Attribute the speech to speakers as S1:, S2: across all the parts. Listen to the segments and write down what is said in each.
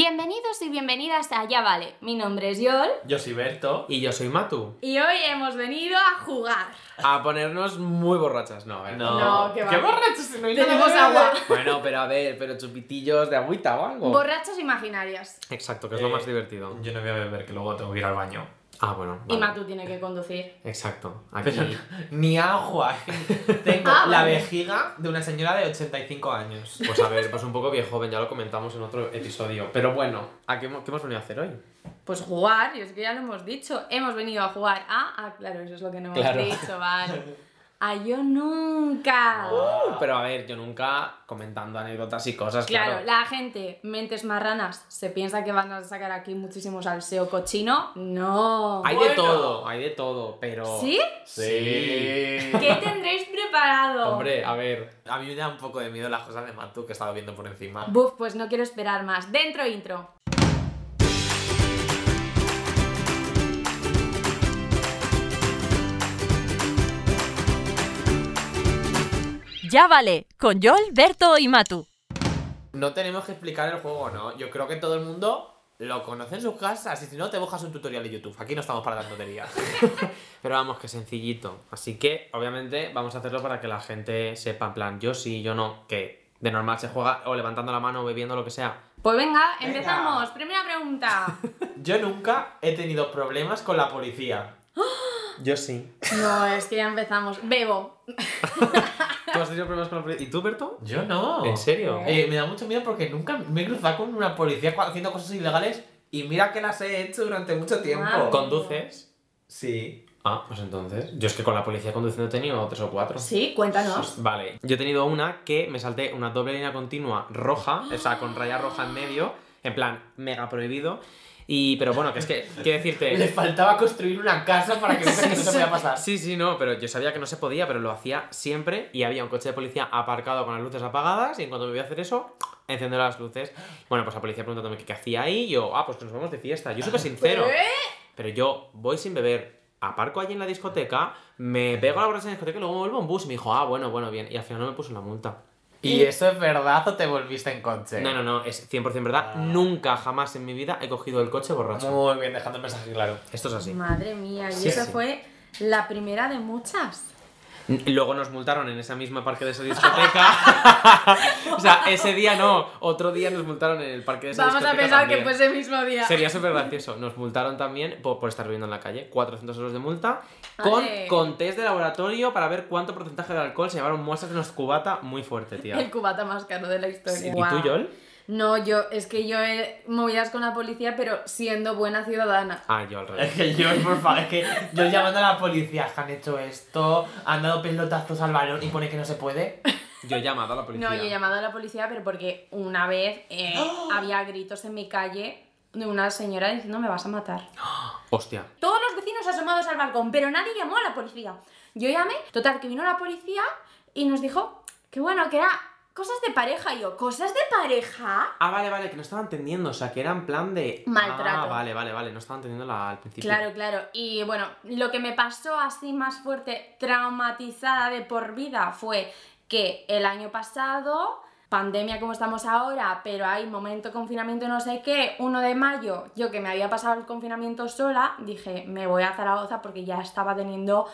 S1: Bienvenidos y bienvenidas a Ya Vale. Mi nombre es Yol
S2: Yo soy Berto.
S3: Y yo soy Matu.
S4: Y hoy hemos venido a jugar.
S3: A ponernos muy borrachas, no, ¿eh? a ver.
S4: No, qué va.
S2: ¿Qué borrachos si no hay nada
S4: Tenemos
S2: de beber?
S4: agua.
S3: Bueno, pero a ver, pero chupitillos de agüita o algo.
S4: Borrachos imaginarias.
S3: Exacto, que es lo
S2: Eh,
S3: más divertido.
S2: Yo no voy a beber, que luego tengo que ir al baño.
S3: Ah, bueno.
S4: Y
S3: vale.
S4: Matu tiene que conducir.
S3: Exacto. Aquí.
S2: Pero ni agua. Tengo
S4: Ah,
S2: la
S4: vale.
S2: vejiga de una señora de 85 años.
S3: Pues a ver, pues un poco viejo, ya lo comentamos en otro episodio. Pero bueno, ¿a qué, hemos- qué hemos venido a hacer hoy?
S4: Pues jugar, y es que ya lo hemos dicho. Hemos venido a jugar a. Ah, claro, eso es lo que no hemos
S3: Claro.
S4: dicho, vale. A yo nunca.
S3: Uh, pero a ver, yo nunca comentando anécdotas y cosas,
S4: Claro,
S3: claro.
S4: la gente, mentes marranas, se piensa que van a sacar aquí muchísimo salseo cochino. No.
S3: Hay de
S2: Bueno.
S3: todo, hay de todo, pero...
S4: ¿Sí?
S3: Sí.
S4: ¿Qué tendréis preparado?
S3: Hombre, a ver.
S2: A mí me da un poco de miedo las cosas de Matu que he estado viendo por encima.
S4: Buf, pues no quiero esperar más. Dentro intro.
S5: Ya vale, con Joel, Berto y Matu.
S2: No tenemos que explicar el juego, ¿no? Yo creo que todo el mundo lo conoce en sus casas y si no, te buscas un tutorial de YouTube. Aquí no estamos para dar tonterías.
S3: Pero vamos, que sencillito. Así que, obviamente, vamos a hacerlo para que la gente sepa, en plan, yo sí, yo no, que de normal se juega o levantando la mano o bebiendo lo que sea.
S4: Pues venga, empezamos. Primera pregunta.
S2: Yo nunca he tenido problemas con la policía.
S3: Yo sí.
S4: No, es que ya empezamos. Bebo.
S3: ¿Tú has tenido problemas con la policía? ¿Y tú, Berto?
S2: Yo no.
S3: ¿En serio?
S2: Eh, me da mucho miedo porque nunca me he cruzado con una policía cua- haciendo cosas ilegales y mira que las he hecho durante mucho tiempo.
S4: Ah. Con-
S3: ¿Conduces?
S2: Sí.
S3: Ah, pues entonces. Yo es que con la policía conduciendo he tenido tres o cuatro.
S4: Sí, cuéntanos.
S3: Vale, yo he tenido una que me salté una doble línea continua roja, o sea, con raya roja en medio, en plan, mega prohibido. Y, pero bueno, que es que, quiero decirte.
S2: Le faltaba construir una casa para que viese que no se podía pasar.
S3: Sí, sí, no, pero yo sabía que no se podía, pero lo hacía siempre y había un coche de policía aparcado con las luces apagadas y en cuanto me voy a hacer eso, encender las luces. Bueno, pues la policía preguntándome qué, qué hacía ahí y yo, ah, pues que nos vamos de fiesta. Yo súper sincero.
S4: ¿Eh?
S3: Pero yo voy sin beber, aparco allí en la discoteca, me pego la borracha en la discoteca y luego me vuelvo en bus. Y me dijo, ah, bueno, bueno, bien. Y al final no me puso la multa.
S2: ¿Y eso es verdad o te volviste en coche?
S3: No, no, no, es 100% verdad.
S2: Ah.
S3: Nunca, jamás en mi vida he cogido el coche borracho.
S2: Muy bien, dejando el mensaje claro.
S3: Esto es así.
S4: Madre mía, y
S3: Sí,
S4: esa
S3: sí.
S4: fue la primera de muchas.
S3: N- Luego nos multaron en esa misma parque de esa discoteca. o sea, ese día no, otro día nos multaron en el parque de esa
S4: Vamos a
S3: discoteca.
S4: pensar que pues
S3: también.
S4: fue ese mismo día.
S3: Sería súper gracioso. Nos multaron también por, por estar bebiendo en la calle. 400 euros de multa. Con,
S4: Ale.
S3: con test de laboratorio para ver cuánto porcentaje de alcohol se llevaron muestras de los cubata. Muy fuerte, tía.
S4: El cubata más caro de la historia.
S3: Sí. ¿Y
S4: Guau.
S3: tú, Yol?
S4: No, yo, es que yo he movidas con la policía, pero siendo buena ciudadana.
S3: Ah, yo al
S2: Es
S3: revés.
S2: que yo, por favor, es que yo llamando a la policía, que han hecho esto, han dado pelotazos al balón y pone que no se puede.
S3: Yo he llamado a la policía.
S4: No, yo he llamado a la policía, pero porque una vez eh, había gritos en mi calle de una señora diciendo me vas a matar.
S3: Hostia.
S4: Todos los vecinos asomados al balcón, pero nadie llamó a la policía. Yo llamé, total, que vino la policía y nos dijo que bueno, que era cosas de pareja. Y yo, ¿cosas de pareja?
S3: Ah, vale, vale, que no estaba entendiendo. O sea, que era en plan de.
S4: Maltrato.
S3: Ah, vale, vale, vale. No estaba entendiendo la- al principio.
S4: Claro, claro. Y bueno, lo que me pasó así más fuerte, traumatizada de por vida, fue que el año pasado, pandemia como estamos ahora, pero hay momento confinamiento no sé qué, 1 de mayo, yo que me había pasado el confinamiento sola, dije, me voy a Zaragoza porque ya estaba teniendo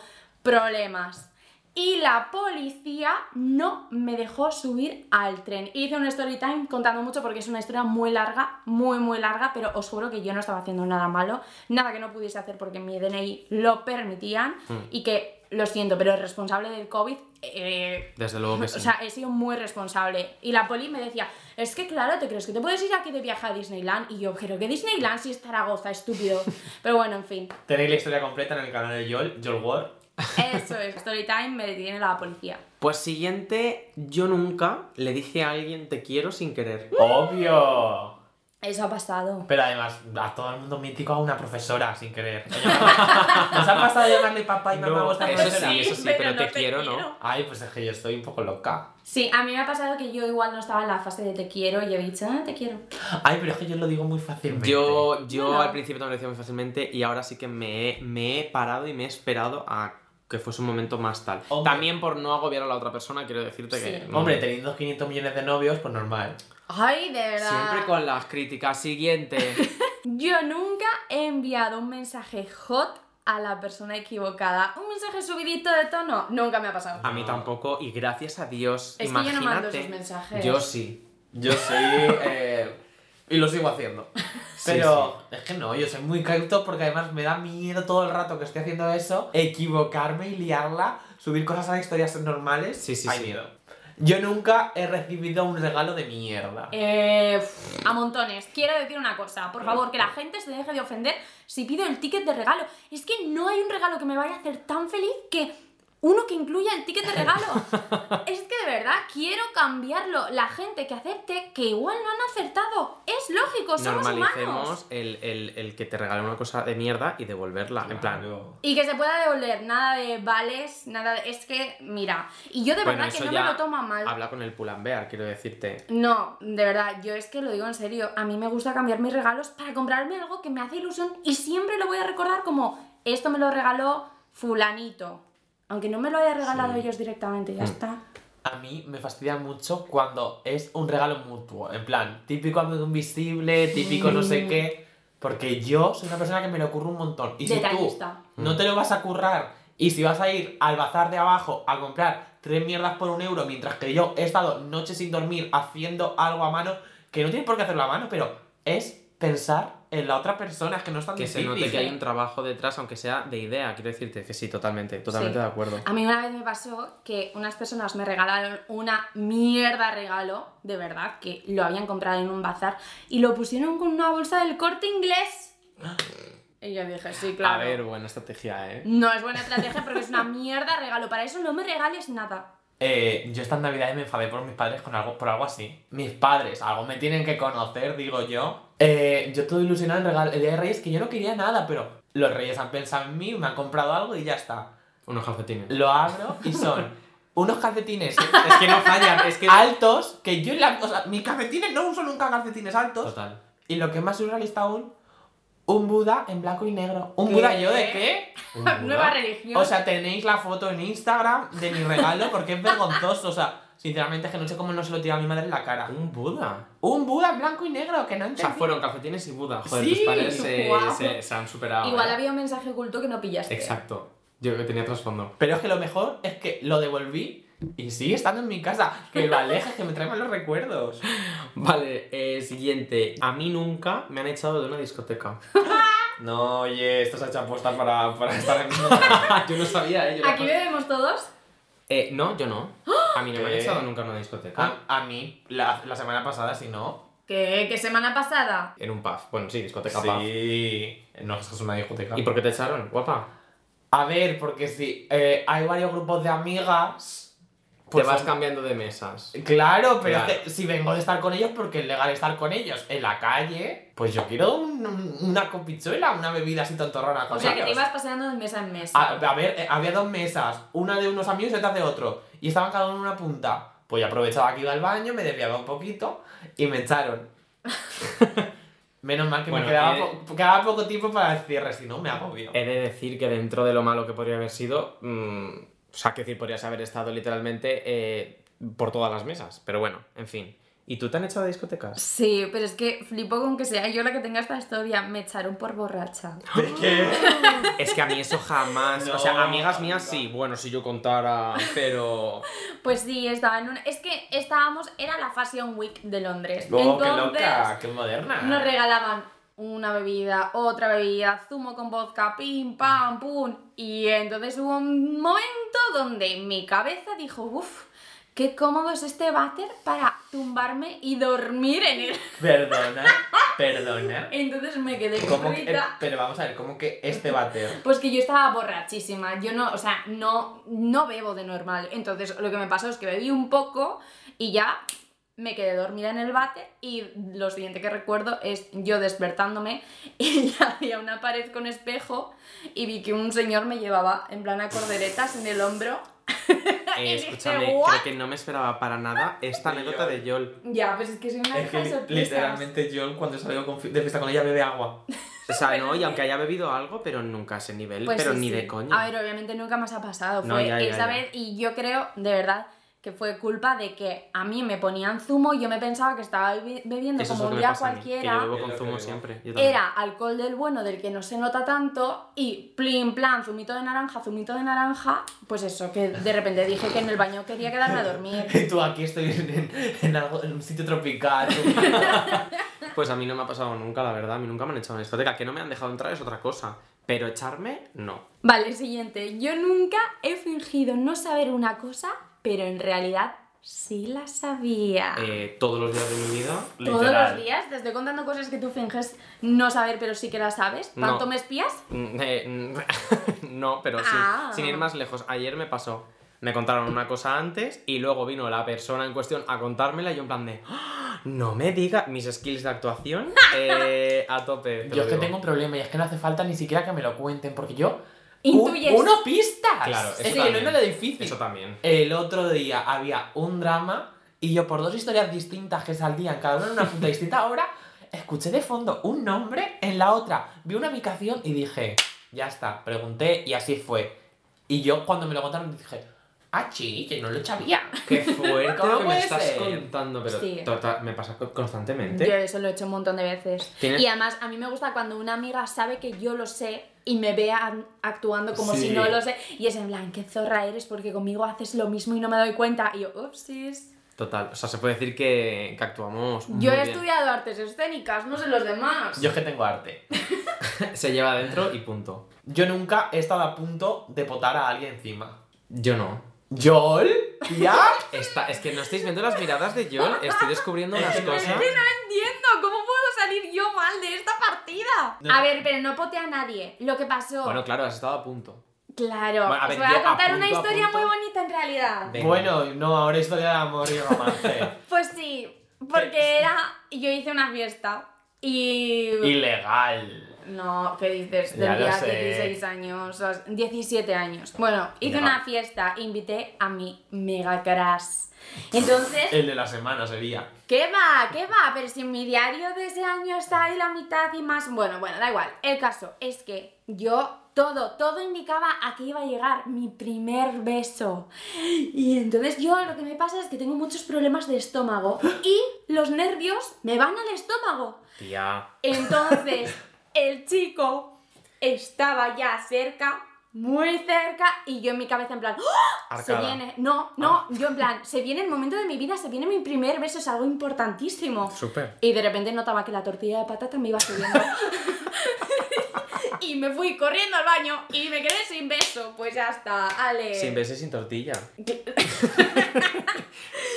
S4: problemas. Y la policía no me dejó subir al tren. Hice un story time contando mucho porque es una historia muy larga, muy, muy larga, pero os juro que yo no estaba haciendo nada malo, nada que no pudiese hacer porque mi DNI lo permitían y que, lo siento, pero el responsable del COVID... eh,
S3: Desde luego que Pues sí.
S4: o sea, he sido muy responsable. Y la poli me decía, es que claro, ¿te crees que te puedes ir aquí de viaje a Disneyland? Y yo, creo que Disneyland sí es Zaragoza, estúpido. Pero bueno, en fin.
S2: Tenéis la historia completa en el canal de Yol, Yol War.
S4: Eso es. Story time me detiene la policía.
S3: Pues siguiente, yo nunca le dije a alguien te quiero sin querer.
S2: ¡Obvio!
S4: Eso ha pasado.
S2: Pero además, a todo el mundo mítico a una profesora, sin querer. Nos ha pasado de llamarle papá y mamá a vuestra
S3: eso
S2: profesora.
S3: sí, eso sí,
S4: Pero
S3: pero,
S4: no
S3: te,
S4: te
S3: quiero, ¿no?
S4: quiero.
S2: Ay, pues es que yo estoy un poco loca.
S4: Sí, a mí me ha pasado que yo igual no estaba en la fase de te quiero y he dicho, "Ah, te quiero.
S2: Ay, pero es que yo lo digo muy fácilmente.
S3: Yo, yo
S4: Bueno.
S3: al principio también lo decía muy fácilmente y ahora sí que me he, me he parado y me he esperado a que fuese un momento más tal.
S2: Hombre.
S3: También por no agobiar a la otra persona, quiero decirte que...
S4: Sí.
S3: mm,
S2: Hombre, teniendo 500 millones de novios, pues normal.
S4: Ay, de verdad.
S3: Siempre con las críticas. Siguiente.
S4: Yo nunca he enviado un mensaje hot a la persona equivocada. Un mensaje subidito de tono. Nunca me ha pasado.
S3: A mí tampoco, y gracias a Dios.
S4: Es que yo no
S3: imagínate,
S4: mando esos mensajes.
S3: Yo sí.
S2: Yo soy. eh, y lo sigo haciendo. Pero es que no, yo soy muy cauto porque además me da miedo todo el rato que estoy haciendo eso, equivocarme y liarla, subir cosas a las historias normales.
S3: Sí, sí,
S2: Hay
S3: sí.
S2: miedo. Yo nunca he recibido un regalo de mierda.
S4: Eh, pff, a montones. Quiero decir una cosa, por favor, que la gente se deje de ofender si pido el ticket de regalo. Es que no hay un regalo que me vaya a hacer tan feliz que uno que incluya el ticket de regalo. es que de verdad quiero cambiarlo. La gente que acepte que igual no han acertado. Es lógico, Pues somos humanos.
S3: Normalicemos el, el- el que te regale una cosa de mierda y devolverla. En plan.
S4: Y que se pueda devolver nada de vales, nada de... Es que, mira, y yo de
S3: bueno,
S4: verdad que
S3: eso
S4: no
S3: ya
S4: me lo toma mal.
S3: Habla con el pulambear, quiero decirte.
S4: No, de verdad, yo es que lo digo en serio. A mí me gusta cambiar mis regalos para comprarme algo que me hace ilusión y siempre lo voy a recordar como esto me lo regaló fulanito. Aunque no me lo haya regalado
S2: Sí. Mm.
S4: ellos directamente, ya está.
S2: A mí me fastidia mucho cuando es un regalo mutuo. En plan, típico amigo invisible, típico no sé qué. Porque yo soy una persona que me lo curro un montón. Y si tú
S4: Detallista.
S2: no te lo vas a currar y si vas a ir al bazar de abajo a comprar tres mierdas por un euro mientras que yo he estado noches sin dormir haciendo algo a mano, que no tienes por qué hacerlo a mano, pero es pensar en la otra persona, es que no es tan
S3: Que se
S2: difícil.
S3: note que hay un trabajo detrás, aunque sea de idea, quiero decirte que sí, totalmente, totalmente
S4: Sí. Ah,
S3: de acuerdo.
S4: A mí una vez me pasó que unas personas me regalaron una mierda regalo, de verdad, que lo habían comprado en un bazar y lo pusieron con una bolsa del corte inglés. Y yo dije, sí, claro.
S3: A ver, buena estrategia, ¿eh?
S4: No es buena estrategia porque es una mierda regalo. Para eso no me regales nada.
S2: Eh, yo estas navidades me enfadé por mis padres con algo, por algo así. Mis padres, algo me tienen que conocer, digo yo. Eh, yo todo ilusionado en regal- el día de Reyes, que yo no quería nada, pero los Reyes han pensado en mí, me han comprado algo y ya está.
S3: Unos calcetines.
S2: Lo abro y son unos calcetines
S3: Es que no fallan, es que.
S2: altos, que yo en la... O sea, mis calcetines no uso nunca calcetines altos.
S3: Total.
S2: Y lo que es más surrealista aún, un Buda en blanco y negro. ¿Un Buda yo de qué?
S4: Nueva religión.
S2: O sea, tenéis la foto en Instagram de mi regalo porque es vergonzoso. O sea, sinceramente es que no sé cómo no se lo tira a mi madre en la cara.
S3: Un Buda.
S2: Un Buda en blanco y negro que no
S3: O sea,
S2: entendí.
S3: fueron calcetines y Buda. Joder,
S2: Sí.
S3: tus padres se,
S4: Guau.
S3: se- se han
S2: Ah,
S3: superado.
S4: Igual
S3: ¿eh?
S4: había un mensaje oculto que no pillaste.
S3: Exacto. Yo creo que tenía trasfondo.
S2: Pero es que lo mejor es que lo devolví y sigue estando en mi casa. Que lo alejes, que me trae malos recuerdos.
S3: Vale, eh, siguiente. A mí nunca me han echado de una discoteca.
S2: No, oye, esto se ha hecho apuesta para, para estar en
S3: yo no sabía, ¿eh? Yo
S4: Aquí
S3: no...
S4: bebemos todos.
S3: Eh, no, yo no. A mí no me han
S2: ¿Qué? Ah.
S3: echado nunca a una discoteca.
S2: a, a mí, la, la semana pasada, si no.
S4: ¿Qué? ¿Qué semana pasada?
S3: En un pub. Bueno, sí, discoteca pub.
S2: Sí. No, es que es una discoteca.
S3: ¿Y por qué te echaron, guapa?
S2: A ver, porque si eh, hay varios grupos de amigas.
S3: te vas
S2: Pues son-
S3: cambiando de mesas.
S2: Claro, pero
S3: Claro.
S2: es que si vengo de estar con ellos porque es legal estar con ellos en la calle, pues yo quiero un- un- una copichuela, una bebida así tontorrona con
S4: O sea, que te
S2: ellos.
S4: ibas paseando de mesa en mesa.
S2: a, a ver, eh, había dos mesas, una de unos amigos y otra de otro, y estaban cada uno en una punta. Pues yo aprovechaba que iba al baño, me desviaba un poquito y me echaron. Menos mal que
S3: Bueno,
S2: me quedaba,
S3: eh,
S2: po- quedaba poco tiempo para el cierre, si no me agobio.
S3: He de decir que dentro de lo malo que podría haber sido. mm, o sea, que decir, podrías haber estado literalmente eh, por todas las mesas. Pero bueno, en fin. ¿Y tú te han echado de discotecas?
S4: Sí, pero es que flipo con que sea yo la que tenga esta historia. Me echaron por borracha.
S2: oh,
S3: Es que a mí eso jamás. o
S2: No,
S3: sea, amigas mías
S2: amiga.
S3: sí. Bueno, si yo contara, pero.
S4: Pues sí, estaba en una... Es que estábamos... Era la Fashion Week de Londres.
S2: Oh, qué
S4: Entonces,
S2: loca, qué moderna.
S4: Nos regalaban una bebida, otra bebida, zumo con vodka, pim, pam, pum. Y entonces hubo un momento donde mi cabeza dijo, uff, qué cómodo es este váter para tumbarme y dormir en él.
S2: Perdona, perdona.
S4: Entonces me quedé
S2: ¿Cómo que-
S4: frita.
S2: pero vamos a ver, ¿cómo que este bater?
S4: Pues que yo estaba borrachísima, yo no, o sea, no, no bebo de normal. Entonces lo que me pasó es que bebí un poco y ya me quedé dormida en el bate y lo siguiente que recuerdo es yo despertándome y ya había una pared con espejo y vi que un señor me llevaba en plan a corderetas en el hombro.
S3: Eh,
S4: Y dije,
S3: escúchame,
S4: "What?"
S3: creo que no me esperaba para nada esta
S2: De
S3: anécdota
S2: Yol.
S3: de Yol.
S4: Ya, pues es que soy una
S2: Es
S4: hija de
S2: que
S4: sorpresas.
S2: literalmente yo cuando salgo con- de fiesta con ella bebe agua.
S3: O sea, no, y aunque haya bebido algo, pero nunca a ese nivel,
S4: Pues
S3: pero
S4: sí,
S3: ni
S4: sí.
S3: de coña.
S4: A ver, obviamente nunca más ha pasado. Fue
S3: No, ya, ya,
S4: esa
S3: ya.
S4: vez y yo creo, de verdad, que fue culpa de que a mí me ponían zumo y yo me pensaba que estaba bebi- bebiendo
S3: Eso es
S4: como
S3: lo que
S4: un
S3: me
S4: día
S3: pasa a mí, que
S4: cualquiera.
S3: yo bebo
S2: Es
S3: con
S2: lo que
S3: zumo
S2: digo.
S3: siempre. yo también.
S4: Era alcohol del bueno, del que no se nota tanto, y plin plan, zumito de naranja, zumito de naranja, pues eso, que de repente dije que en el baño quería quedarme a dormir.
S2: Y tú aquí estoy en, en- en algo- en un sitio tropical.
S3: Pues a mí no me ha pasado nunca, la verdad. A mí nunca me han echado en discoteca. Que no me han dejado entrar es otra cosa. Pero echarme, no.
S4: Vale, siguiente. Yo nunca he fingido no saber una cosa, pero en realidad sí la sabía.
S3: Eh, todos los días de mi vida.
S4: Todos
S2: Literal.
S4: los días te estoy contando cosas que tú finges no saber, pero sí que las sabes.
S3: No.
S4: ¿Tanto me espías?
S3: mm, eh, mm, no, pero sí.
S4: Ah.
S3: Sin ir más lejos, ayer me pasó. Me contaron una cosa antes y luego vino la persona en cuestión a contármela y yo en plan de. "¡Ah! No me diga mis skills de actuación eh, a tope. te
S2: Yo
S3: lo
S2: es que
S3: digo.
S2: tengo un problema y es que no hace falta ni siquiera que me lo cuenten porque yo.
S4: Intuyes.
S2: Un- ¡Uno pistas!
S3: Claro, eso
S2: es que no
S3: también.
S2: es lo difícil.
S3: Eso también.
S2: El otro día había un drama y yo por dos historias distintas que salían, cada una en una punta distinta, ahora escuché de fondo un nombre en la otra, vi una ubicación y dije, ya está, pregunté y así fue. Y yo cuando me lo contaron dije, ah, sí, que no lo sabía.
S3: Qué fuerte
S2: ¿Cómo
S3: lo que me
S2: puede
S3: estás
S2: ser?
S3: contando, pero
S4: Sí.
S3: tota- me pasa co- constantemente.
S4: Yo eso lo he hecho un montón de veces.
S3: ¿Tienes-
S4: Y además, a mí me gusta cuando una amiga sabe que yo lo sé y me vea an- actuando como
S2: Sí.
S4: si no lo sé. Y es en plan, qué zorra eres porque conmigo haces lo mismo y no me doy cuenta. Y yo, upsis.
S3: Total, o sea, se puede decir que, que actuamos. muy
S4: Yo he
S3: bien.
S4: estudiado artes escénicas, no sé los demás.
S2: Yo es que tengo arte.
S3: Se lleva adentro y punto.
S2: Yo nunca he estado a punto de potar a alguien encima.
S3: Yo no.
S2: ¿Yol? ¿Ya?
S3: Está, es que no estáis viendo las miradas de John, estoy descubriendo unas cosas.
S4: entiendo, ¿cómo puedo salir yo mal de esta partida?
S2: No.
S4: A ver, pero no pote a nadie. Lo que pasó.
S3: Bueno, claro, has estado a punto.
S4: claro,
S3: Bueno, a ver,
S4: os voy
S3: yo
S4: a
S3: a
S4: contar
S3: punto,
S4: una
S3: a
S4: historia
S3: punto.
S4: muy bonita en realidad.
S3: Venga.
S2: Bueno, no, ahora historia de amor y romance.
S4: Pues sí, porque era. Yo hice una fiesta y.
S2: Ilegal.
S4: No, ¿qué dices?
S2: Ya lo
S4: Tendría
S2: sé.
S4: 16 años, o sea, 17 años. Bueno, hice
S2: Ya.
S4: una fiesta, invité a mi mega crush. Entonces,
S2: El de la semana sería.
S4: ¿qué va? ¿Qué va? Pero si en mi diario de ese año está ahí la mitad y más. Bueno, bueno, da igual. El caso es que yo todo, todo indicaba a que iba a llegar mi primer beso. Y entonces yo lo que me pasa es que tengo muchos problemas de estómago y los nervios me van al estómago.
S3: Tía.
S4: Entonces, el chico estaba ya cerca, muy cerca, y yo en mi cabeza en plan, ¡Ah! se
S3: Arcada. Ah.
S4: viene, no, no, yo en plan, se viene el momento de mi vida, se viene mi primer beso, es algo importantísimo.
S3: Súper.
S4: Y de repente notaba que la tortilla de patata me iba subiendo. y me fui corriendo al baño y me quedé sin beso. Pues ya está, ale.
S3: Sin beso y sin tortilla.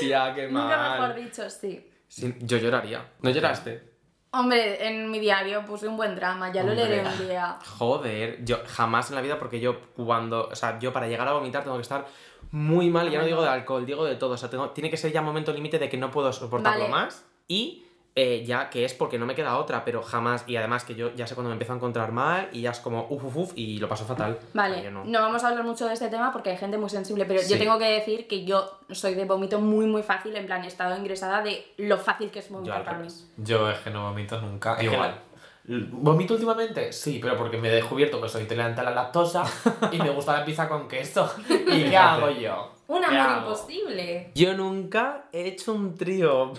S3: Tía, qué
S4: Nunca mejor
S3: mal.
S4: dicho, sí.
S3: Sin- Yo lloraría. ¿No lloraste?
S4: Hombre, en mi diario puse un buen drama, ya lo
S3: Hombre.
S4: leeré un día.
S3: Joder, yo jamás en la vida porque yo cuando, o sea, yo para llegar a vomitar tengo que estar muy mal, ya no digo de alcohol, digo de todo, o sea, tengo- tiene que ser ya momento límite de que no puedo soportarlo
S4: Vale.
S3: más y eh, ya que es porque no me queda otra, pero jamás, y además que yo ya sé cuando me empiezo a encontrar mal y ya es como uff, uff, uff y lo paso fatal.
S4: Vale,
S3: Ah, Yo no.
S4: no. vamos a hablar mucho de este tema porque hay gente muy sensible, pero
S3: Sí.
S4: yo tengo que decir que yo soy de vómito muy, muy fácil, en plan, he estado ingresada de lo fácil que es
S3: Yo al
S4: vomitar para mí.
S3: revés.
S2: Yo es que no vomito nunca.
S3: Igual.
S2: ¿Vomito últimamente? Sí, pero porque me he descubierto que soy intolerante a la lactosa y me gusta la pizza con queso. ¿Y qué hago yo?
S4: Un
S2: ¿Qué
S4: amor
S2: hago?
S4: imposible.
S3: Yo nunca he hecho un trío.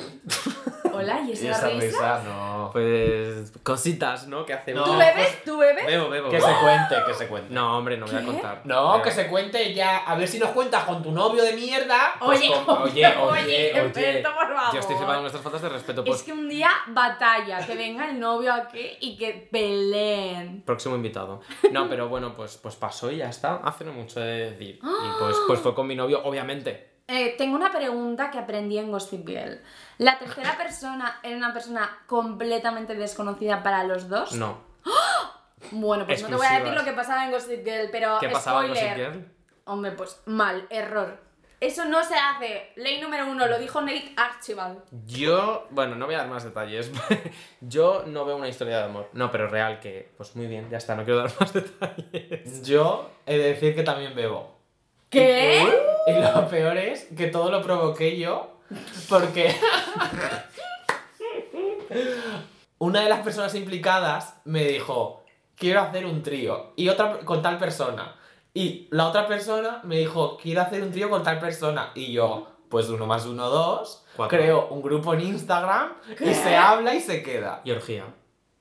S4: Hola, ¿y
S2: Y
S4: esa,
S2: esa
S4: risa?
S2: risa no.
S3: Pues cositas, ¿no? Que hacemos.
S2: No.
S4: ¿Tú bebes? ¿Tú bebes?
S3: Bebo, bebo.
S2: Que
S3: bebo.
S2: se cuente, que se cuente.
S3: No, hombre, no voy a
S4: ¿Qué?
S3: contar.
S2: No,
S3: Pero-
S2: que se cuente ya. A ver si nos cuentas con tu novio de mierda.
S3: Pues
S4: Oye,
S3: con-
S4: oye, oye,
S3: oye,
S4: Alberto, por favor.
S3: Yo estoy flipando con estas faltas de respeto. Pues,
S4: Es que un día batalla, que venga el novio aquí y que peleen.
S3: Próximo invitado. No, pero bueno, pues, pues pasó y ya está. Hace no mucho de decir.
S4: ¡Ah!
S3: Y pues, pues fue con mi novio, obviamente.
S4: Eh, tengo una pregunta que aprendí en Gossip Girl. ¿La tercera persona era una persona completamente desconocida para los dos?
S3: No.
S4: Bueno, pues no te voy a decir
S3: Exclusivas.
S4: lo que pasaba en Gossip Girl, pero
S3: ¿Qué
S4: Ah, spoiler.
S3: pasaba en Gossip Girl?
S4: Hombre, pues mal, error. Eso no se hace. Ley número uno, lo dijo Nate Archibald.
S3: Yo, bueno, no voy a dar más detalles. Yo no veo una historia de amor. No, pero real que, pues muy bien, ya está, no quiero dar más detalles.
S2: Yo he de decir que también bebo.
S4: ¿Qué?
S2: Y lo peor es que todo lo provoqué yo porque una de las personas implicadas me dijo, quiero hacer un trío y otra con tal persona. Y la otra persona me dijo, quiero hacer un trío con tal persona. Y yo, pues uno más uno, dos.
S3: Cuatro.
S2: Creo un grupo en Instagram y se habla y se queda.
S3: Y orgía.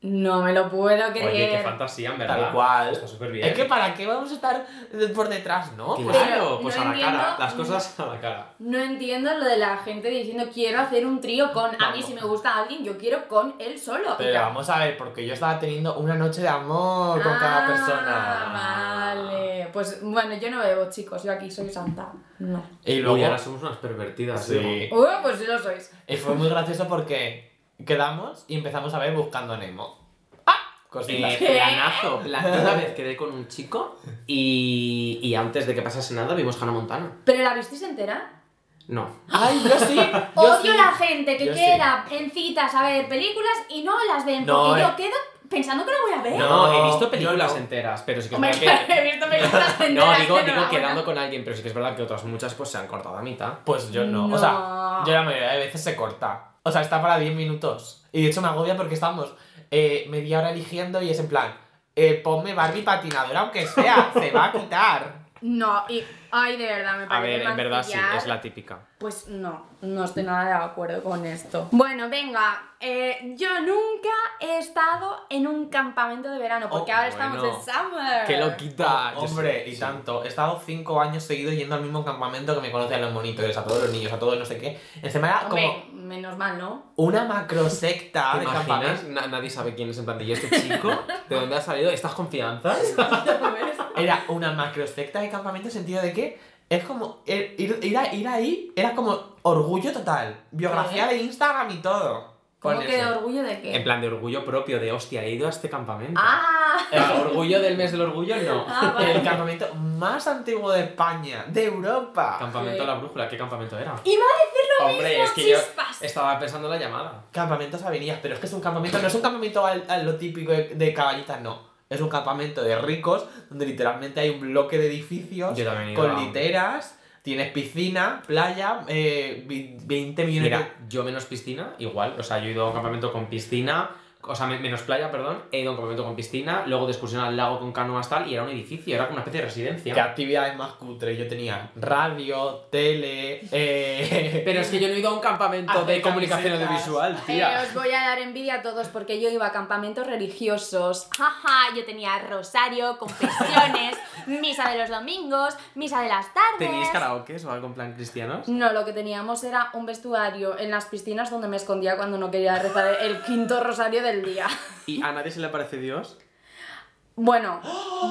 S4: No me lo puedo
S3: Oye, qué
S4: creer.
S3: fantasía, en verdad.
S2: Tal cual.
S3: Está súper bien.
S2: Es que para qué vamos a estar eh, por detrás, ¿no? Pues,
S3: Claro,
S4: Pero
S3: pues
S4: no
S3: a la
S4: entiendo-
S3: cara. Las cosas a la cara.
S4: no entiendo lo de la gente diciendo quiero hacer un trío con. A mí,
S2: Vamos.
S4: si me gusta alguien, yo quiero con él solo.
S2: pero vamos a ver, porque yo estaba teniendo una noche de amor con cada
S4: Ah,
S2: persona.
S4: Vale. Pues bueno, yo no bebo, chicos. Yo aquí soy santa. No.
S2: Y
S3: Luego,
S2: luego.
S3: ahora somos unas pervertidas.
S2: Sí.
S4: Uh, pues sí lo sois.
S2: Y fue muy gracioso porque quedamos y empezamos a ver buscando a Nemo. ¡Ah! Cositas.
S3: Eh, planazo. pla- una vez quedé con un chico y, y antes de que pasase nada vimos Hannah Montana.
S4: ¿Pero la visteis entera?
S3: No.
S2: ¡Ay, yo sí! yo
S4: Odio
S2: sí.
S4: la gente que
S2: Yo sí.
S4: queda en citas a ver películas y no las ven.
S2: No,
S4: porque
S2: eh.
S4: yo quedo pensando que la voy a ver.
S3: No,
S2: No,
S3: he visto
S2: yo
S3: películas
S2: no.
S3: enteras, pero sí que es
S4: ¿Eh? Hombre,
S3: verdad que.
S4: he visto películas enteras.
S3: No, digo,
S4: que
S3: digo
S4: la
S3: quedando
S4: buena.
S3: con alguien, pero sí que es verdad que otras muchas pues se han cortado a mitad.
S2: Pues yo no.
S4: No.
S2: O sea, yo la mayoría de veces se corta. O sea, está para 10 minutos. Y de hecho me agobia porque estamos eh, media hora eligiendo y es en plan, eh, ponme Barbie patinadora aunque sea, se va a quitar.
S4: No, y. Ay, de verdad, me
S3: A
S4: parece.
S3: ver, en verdad sí,
S4: mancillar.
S3: es la típica.
S4: Pues no, no estoy nada de acuerdo con esto. Bueno, venga, eh, yo nunca he estado en un campamento de verano, porque
S2: Oh,
S4: ahora estamos
S3: bueno.
S4: en summer.
S3: ¡Qué loquita! Yo
S2: Hombre,
S3: sí,
S2: y
S3: sí.
S2: tanto. He estado 5 años seguidos yendo al mismo campamento que me conocen los monitores, a todos los niños, a todos no sé qué. Encima era como
S4: Hombre, menos mal, ¿no?
S2: una macrosecta
S3: ¿Te
S2: de
S3: imaginas?
S2: campamento.
S3: Na- nadie sabe quién es en plan de ¿y este chico? ¿De dónde ha salido? ¿Estas confianzas?
S4: ¿Ves?
S2: Era una macrosecta de campamento en sentido de que es como. er- Ir, ir a- ir ahí era como orgullo total. Biografía de Instagram y todo.
S4: ¿Cómo
S2: Con
S4: que de
S2: eso.
S4: orgullo de qué?
S3: En plan de orgullo propio, de hostia, he ido a este campamento.
S4: ¡Ah!
S3: El orgullo del mes del orgullo, no.
S4: Ah,
S2: El
S4: vale.
S2: campamento más antiguo de España, de Europa.
S3: Campamento
S4: Sí.
S3: de la brújula, ¿qué campamento era?
S4: Ah, Iba a decir lo
S3: Hombre,
S4: mismo,
S3: es que yo
S4: chispas.
S3: estaba pensando en la llamada.
S2: Campamentos avenidas, pero es que es un campamento, no es un campamento al, a lo típico de, de caballitas, no. Es un campamento de ricos, donde literalmente hay un bloque de edificios
S3: Yo también he ido
S2: con
S3: a-
S2: literas, tienes piscina, playa, eh, vi- 20 millones
S3: Mira, yo menos piscina, igual. O sea, yo he ido a un campamento con piscina, o sea, me- menos playa, perdón. He ido a un campamento con piscina, luego de excursión al lago con canoas tal, y era un edificio, era como una especie de
S2: de ¿Qué
S3: residencia.
S2: actividades más cutres. Yo tenía radio, tele, eh...
S3: Pero es que yo no he ido a un campamento
S2: Hacer
S3: de comunicación
S2: camisetas.
S3: audiovisual,
S4: Eh,
S3: tía.
S4: os voy a dar envidia a todos porque yo iba a campamentos religiosos.
S1: Jaja, yo tenía rosario, confesiones, misa de los domingos, misa de las tardes.
S3: ¿Tenéis karaokes o algo en plan cristianos?
S4: No, lo que teníamos era un vestuario en las piscinas donde me escondía cuando no quería rezar el quinto rosario del día.
S3: ¿Y a nadie se le aparece Dios?
S4: Bueno,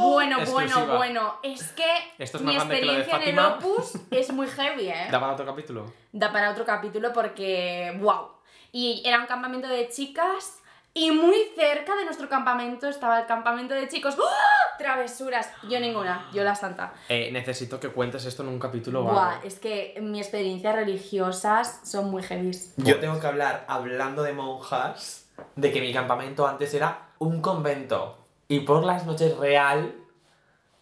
S4: bueno,
S3: Exclusiva.
S4: bueno, bueno. Es que
S3: Esto es
S4: mi
S3: más grande que lo de
S4: experiencia en el
S3: Fátima.
S4: Opus es muy heavy, ¿eh?
S3: ¿Da para otro capítulo?
S4: Da para otro capítulo porque, wow. Y era un campamento de chicas y muy cerca de nuestro campamento estaba el campamento de chicos. ¡Ah! Travesuras. Yo ninguna, yo la santa.
S3: Eh, necesito que cuentes esto en un capítulo. o
S4: Buah,
S3: algo.
S4: es que mis experiencias religiosas son muy heavy.
S2: Yo tengo que hablar, hablando de monjas, de que mi campamento antes era un convento. Y por las noches real,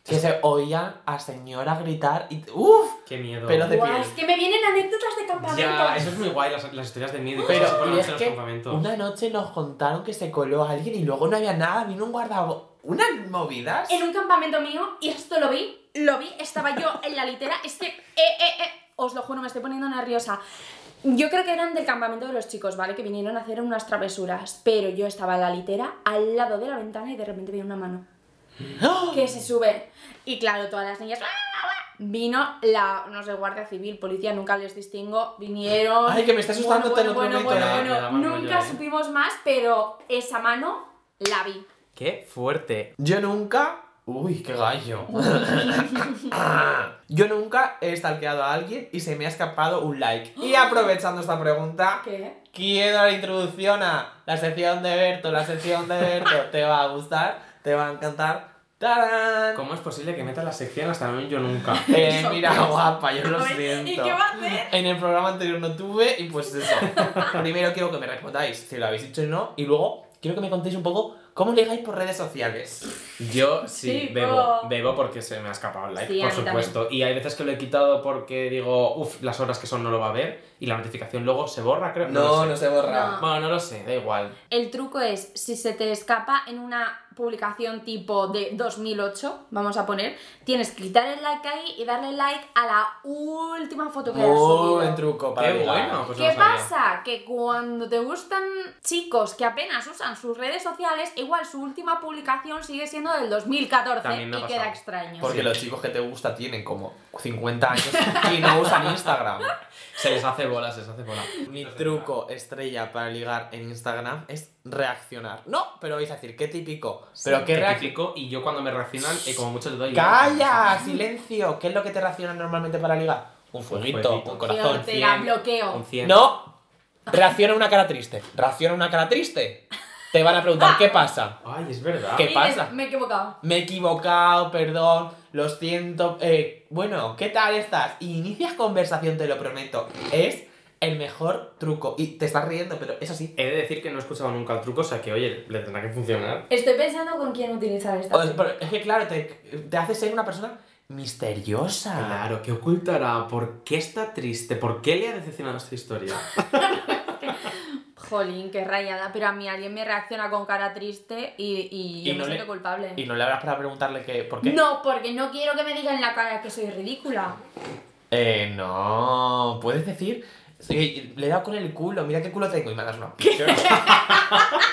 S2: que se oía a señora gritar y... ¡Uf!
S3: Qué miedo.
S2: Pero de
S4: Buah,
S2: piel.
S4: es que me vienen anécdotas de campamento.
S3: Ya, eso es muy guay, las, las historias de miedo. y cosas así por
S2: Pero
S3: la
S2: y es que una
S3: noche en los campamentos.
S2: noche nos contaron que se coló alguien y luego no había nada, vino un guardabo... ¿Unas movidas?
S4: en un campamento mío, y esto lo vi, lo vi, estaba yo en la litera, es que, eh, eh, eh, os lo juro, me estoy poniendo nerviosa. Yo creo que eran del campamento de los chicos, ¿vale? Que vinieron a hacer unas travesuras, pero yo estaba en la litera al lado de la ventana y de repente vi una mano
S2: ¡Oh!
S4: que se sube. Y claro, todas las niñas... ¡ah, ah, ah! Vino la, no sé, guardia civil, policía, nunca les distingo, vinieron...
S2: Ay, que me está asustando todo
S4: bueno, bueno,
S2: el momento,
S4: bueno,
S2: eh,
S3: me da mal
S4: bueno,
S3: rollo,
S4: nunca
S3: eh.
S4: supimos más, pero esa mano la vi.
S3: Qué fuerte.
S2: Yo nunca... Uy, qué gallo. Yo nunca he stalkeado a alguien y se me ha escapado un like. Y aprovechando esta pregunta,
S4: ¿Qué?
S2: Quiero la introducción a la sección de Berto, la sección de Berto. te va a gustar, te va a encantar. ¡Tarán!
S3: ¿Cómo es posible que metas la sección hasta no yo nunca?
S2: Eh, mira, guapa, yo lo
S4: A ver,
S2: siento.
S4: ¿Y qué va a hacer?
S2: En el programa anterior no tuve y pues eso. Primero quiero que me respondáis si lo habéis hecho o no y luego quiero que me contéis un poco cómo ligáis por redes sociales.
S3: Yo sí,
S4: Sí,
S3: bebo,
S4: po.
S3: bebo porque se me ha escapado el like,
S4: Sí, a
S3: por
S4: mí
S3: supuesto. Y hay veces que lo he quitado porque digo, uff, las horas que son no lo va a ver y la notificación luego se borra, creo.
S2: No,
S3: lo
S2: no
S3: sé.
S2: se borra.
S3: Bueno, no lo sé, da igual.
S4: El truco es, si se te escapa en una publicación tipo de 2008, vamos a poner, tienes que quitar el like ahí y darle like a la última foto que has subido.
S2: Buen Oh, truco para
S3: Qué
S2: ligar.
S3: bueno, Oh, pues no
S4: ¿Qué
S3: lo sabía.
S4: pasa? Que cuando te gustan chicos que apenas usan sus redes sociales, igual su última publicación sigue siendo del 2014
S3: También me ha
S4: y queda
S3: pasado.
S4: extraño.
S2: Porque
S3: Sí.
S2: los chicos que te gusta tienen como 50 años y no usan Instagram.
S3: Se les hace bola, se les hace bola.
S2: Mi truco estrella para ligar en Instagram es reaccionar. No, pero vais a decir, qué típico. Pero qué
S3: Que
S2: reacción.
S3: replico y yo cuando me reaccionan, eh, como mucho te doy.
S2: ¡Calla! ¡Silencio! ¿Qué es lo que te reacciona normalmente para ligar? Un fueguito,
S3: fueguito.
S2: un
S4: Yo
S2: corazón.
S4: te la
S3: cien.
S4: bloqueo.
S3: Un 100.
S2: No, reacciona una cara triste. Reacciona una cara triste. Te van a preguntar, ¿qué pasa?
S3: Ay, es verdad.
S2: ¿Qué
S4: Y
S2: pasa?
S4: dices, Me he equivocado.
S2: Me he equivocado, perdón, lo siento. eh, bueno, ¿qué tal estás? Y inicias conversación, te lo prometo. Es el mejor truco. Y te estás riendo, pero eso sí.
S3: He de decir que no he escuchado nunca el truco, o sea que, oye, le tendrá que funcionar.
S4: Estoy pensando con quién utilizar esta.
S2: O- pero Es que claro, te, te hace ser una persona misteriosa.
S3: Claro, ¿qué ocultará? ¿Por qué está triste? ¿Por qué le ha decepcionado esta historia?
S4: Jolín, qué rayada. Pero a mí alguien me reacciona con cara triste y, y yo
S2: Y no
S4: me
S2: le-
S4: siento culpable.
S2: Y no le habrás para preguntarle que, por qué.
S4: No, porque no quiero que me digan en la cara que soy ridícula.
S2: Eh, no. Puedes decir. "Sí, le he dado con el culo, mira qué culo tengo y mandas una. ¿Qué?